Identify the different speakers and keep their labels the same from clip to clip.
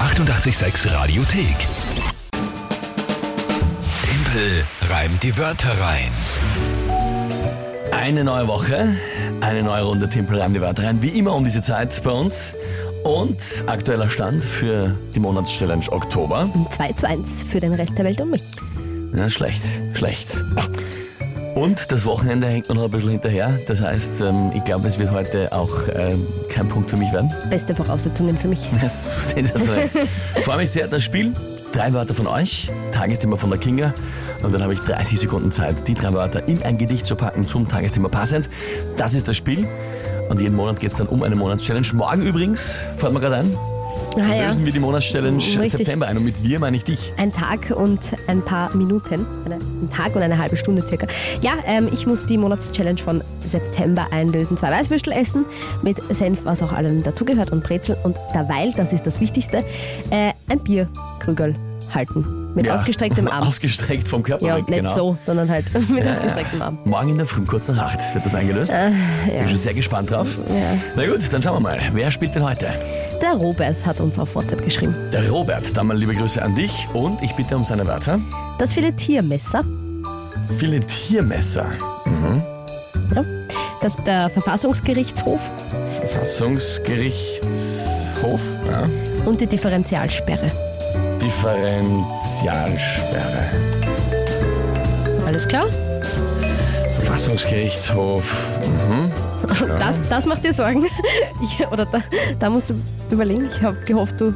Speaker 1: 886 Radiothek. Tempel reimt die Wörter rein.
Speaker 2: Eine neue Woche, eine neue Runde Timpel rein die Wörter rein, wie immer um diese Zeit bei uns. Und aktueller Stand für die Monatschallenge Oktober.
Speaker 3: 2 zu 1 für den Rest der Welt und mich.
Speaker 2: Na, schlecht, schlecht. Und das Wochenende hängt noch ein bisschen hinterher. Das heißt, ähm, ich glaube, es wird heute auch ähm, kein Punkt für mich werden.
Speaker 3: Beste Voraussetzungen für mich.
Speaker 2: Das ist sensationell. Freue mich sehr, das Spiel. Drei Wörter von euch, Tagesthema von der Kinga. Und dann habe ich 30 Sekunden Zeit, die drei Wörter in ein Gedicht zu packen, zum Tagesthema passend. Das ist das Spiel. Und jeden Monat geht es dann um eine Monatschallenge. Morgen übrigens, fällt mir gerade ein,
Speaker 3: Ah ja,
Speaker 2: lösen wir die Monatschallenge
Speaker 3: Richtig.
Speaker 2: September ein. Und mit wir meine ich dich.
Speaker 3: ein Tag und ein paar Minuten. Eine, ein Tag und eine halbe Stunde circa. Ja, ähm, ich muss die Monatschallenge von September einlösen. Zwei Weißwürstel essen mit Senf, was auch allem dazugehört und Brezel. Und derweil, das ist das Wichtigste, äh, ein Bierkrügel halten. Mit
Speaker 2: Ja.
Speaker 3: ausgestrecktem Arm.
Speaker 2: Ausgestreckt vom Körper
Speaker 3: ja,
Speaker 2: weg,
Speaker 3: nicht
Speaker 2: genau.
Speaker 3: so, sondern halt mit ausgestrecktem Arm.
Speaker 2: Morgen in der Früh, kurz nach acht, wird das eingelöst. Bin schon sehr gespannt drauf.
Speaker 3: Äh, Ja.
Speaker 2: Na gut, dann schauen wir mal. Wer spielt denn heute?
Speaker 3: Der Robert hat uns auf WhatsApp geschrieben.
Speaker 2: Der Robert. Dann mal liebe Grüße an dich und ich bitte um seine Wörter.
Speaker 3: Das Filetiermesser,
Speaker 2: Filetiermesser.
Speaker 3: ja, das, der Verfassungsgerichtshof
Speaker 2: Verfassungsgerichtshof. Ja.
Speaker 3: und die Differentialsperre.
Speaker 2: Differentialsperre.
Speaker 3: Alles klar?
Speaker 2: Verfassungsgerichtshof.
Speaker 3: Das, das macht dir Sorgen. Ich, oder da, da musst du überlegen. Ich habe gehofft, du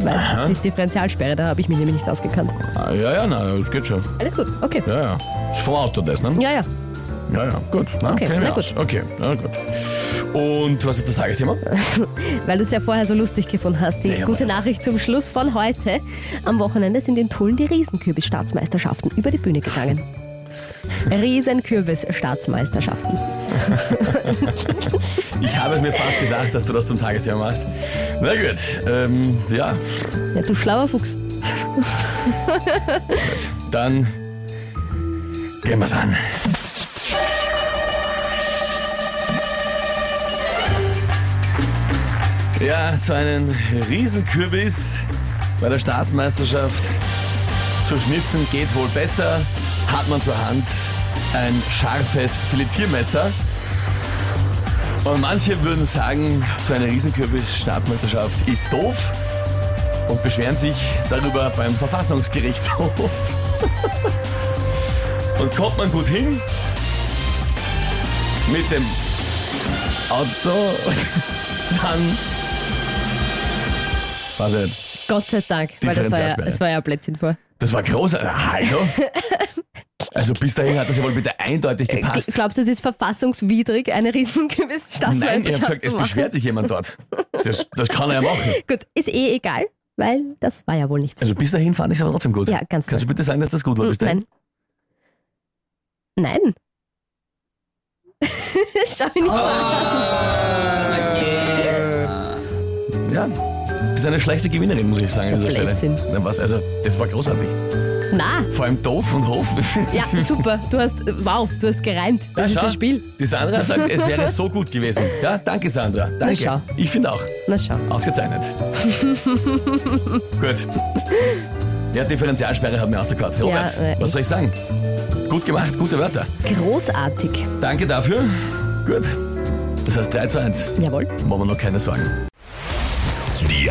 Speaker 3: weißt, die Differentialsperre, da habe ich mich nämlich nicht ausgekannt.
Speaker 2: Ah, ja, ja, na, das geht schon.
Speaker 3: Alles gut, okay.
Speaker 2: Ja, ja. Ist vom Auto das, ne?
Speaker 3: Ja, ja.
Speaker 2: Ja, ja, gut. Na,
Speaker 3: Okay,
Speaker 2: kenn ich mich
Speaker 3: na gut.
Speaker 2: aus. Okay, na gut. Und was ist das Tagesthema?
Speaker 3: Weil du es ja vorher so lustig gefunden hast. Die
Speaker 2: Ja, ja,
Speaker 3: gute
Speaker 2: was-
Speaker 3: Nachricht zum Schluss von heute. Am Wochenende sind in Tulln die Riesenkürbis-Staatsmeisterschaften über die Bühne gegangen. Riesenkürbis-Staatsmeisterschaften.
Speaker 2: Ich habe es mir fast gedacht, dass du das zum Tagesthema machst. Na gut, ähm, ja,
Speaker 3: Ja, du schlauer Fuchs.
Speaker 2: dann gehen wir's an. Ja, so einen Riesenkürbis bei der Staatsmeisterschaft zu schnitzen geht wohl besser. Hat man zur Hand ein scharfes Filetiermesser. Und manche würden sagen, so eine Riesenkürbis-Staatsmeisterschaft ist doof und beschweren sich darüber beim Verfassungsgerichtshof. Und kommt man gut hin mit dem Auto, dann... Was denn?
Speaker 3: Gott sei Dank, weil das war ja,
Speaker 2: Differentialsperre.
Speaker 3: das war ja ein Blödsinn vor.
Speaker 2: Das war großartig. Hallo? Also bis dahin hat das ja wohl bitte eindeutig gepasst.
Speaker 3: Gl- Glaubst du, es ist verfassungswidrig, eine also
Speaker 2: Nein, ich habe
Speaker 3: Riesenkürbis-Staatsmeisterschaft
Speaker 2: gesagt,
Speaker 3: zu
Speaker 2: es
Speaker 3: machen?
Speaker 2: beschwert sich jemand dort. Das, das kann er ja machen.
Speaker 3: Gut, ist eh egal, weil das war ja wohl nicht so.
Speaker 2: Also bis dahin fand ich es aber trotzdem gut.
Speaker 3: Ja, ganz
Speaker 2: Kannst du bitte sagen, dass das gut war bis dahin?
Speaker 3: Nein. Nein. Schau mich nicht so
Speaker 2: Ah.
Speaker 3: an.
Speaker 2: Ja. Das ist eine schlechte Gewinnerin, muss ich sagen, an
Speaker 3: Das
Speaker 2: dieser
Speaker 3: ist
Speaker 2: Stelle.
Speaker 3: Blödsinn.
Speaker 2: Na, was, also, das war großartig.
Speaker 3: Na,
Speaker 2: Vor allem doof und hof.
Speaker 3: ja, super. Du hast, wow, du hast gereimt. Das ist
Speaker 2: schau.
Speaker 3: das Spiel.
Speaker 2: Die Sandra sagt, es wäre so gut gewesen. Ja, danke Sandra. Danke.
Speaker 3: schau.
Speaker 2: Ich finde auch.
Speaker 3: Na schau.
Speaker 2: Ausgezeichnet. Gut. Ja, Differentialsperre hat mir ausgehört. Robert,
Speaker 3: äh,
Speaker 2: was soll ich sagen? Gut gemacht, gute Wörter.
Speaker 3: Großartig.
Speaker 2: Danke dafür. Gut. Das heißt 3 zu 1.
Speaker 3: Jawohl.
Speaker 2: Machen wir noch keine Sorgen.
Speaker 1: Die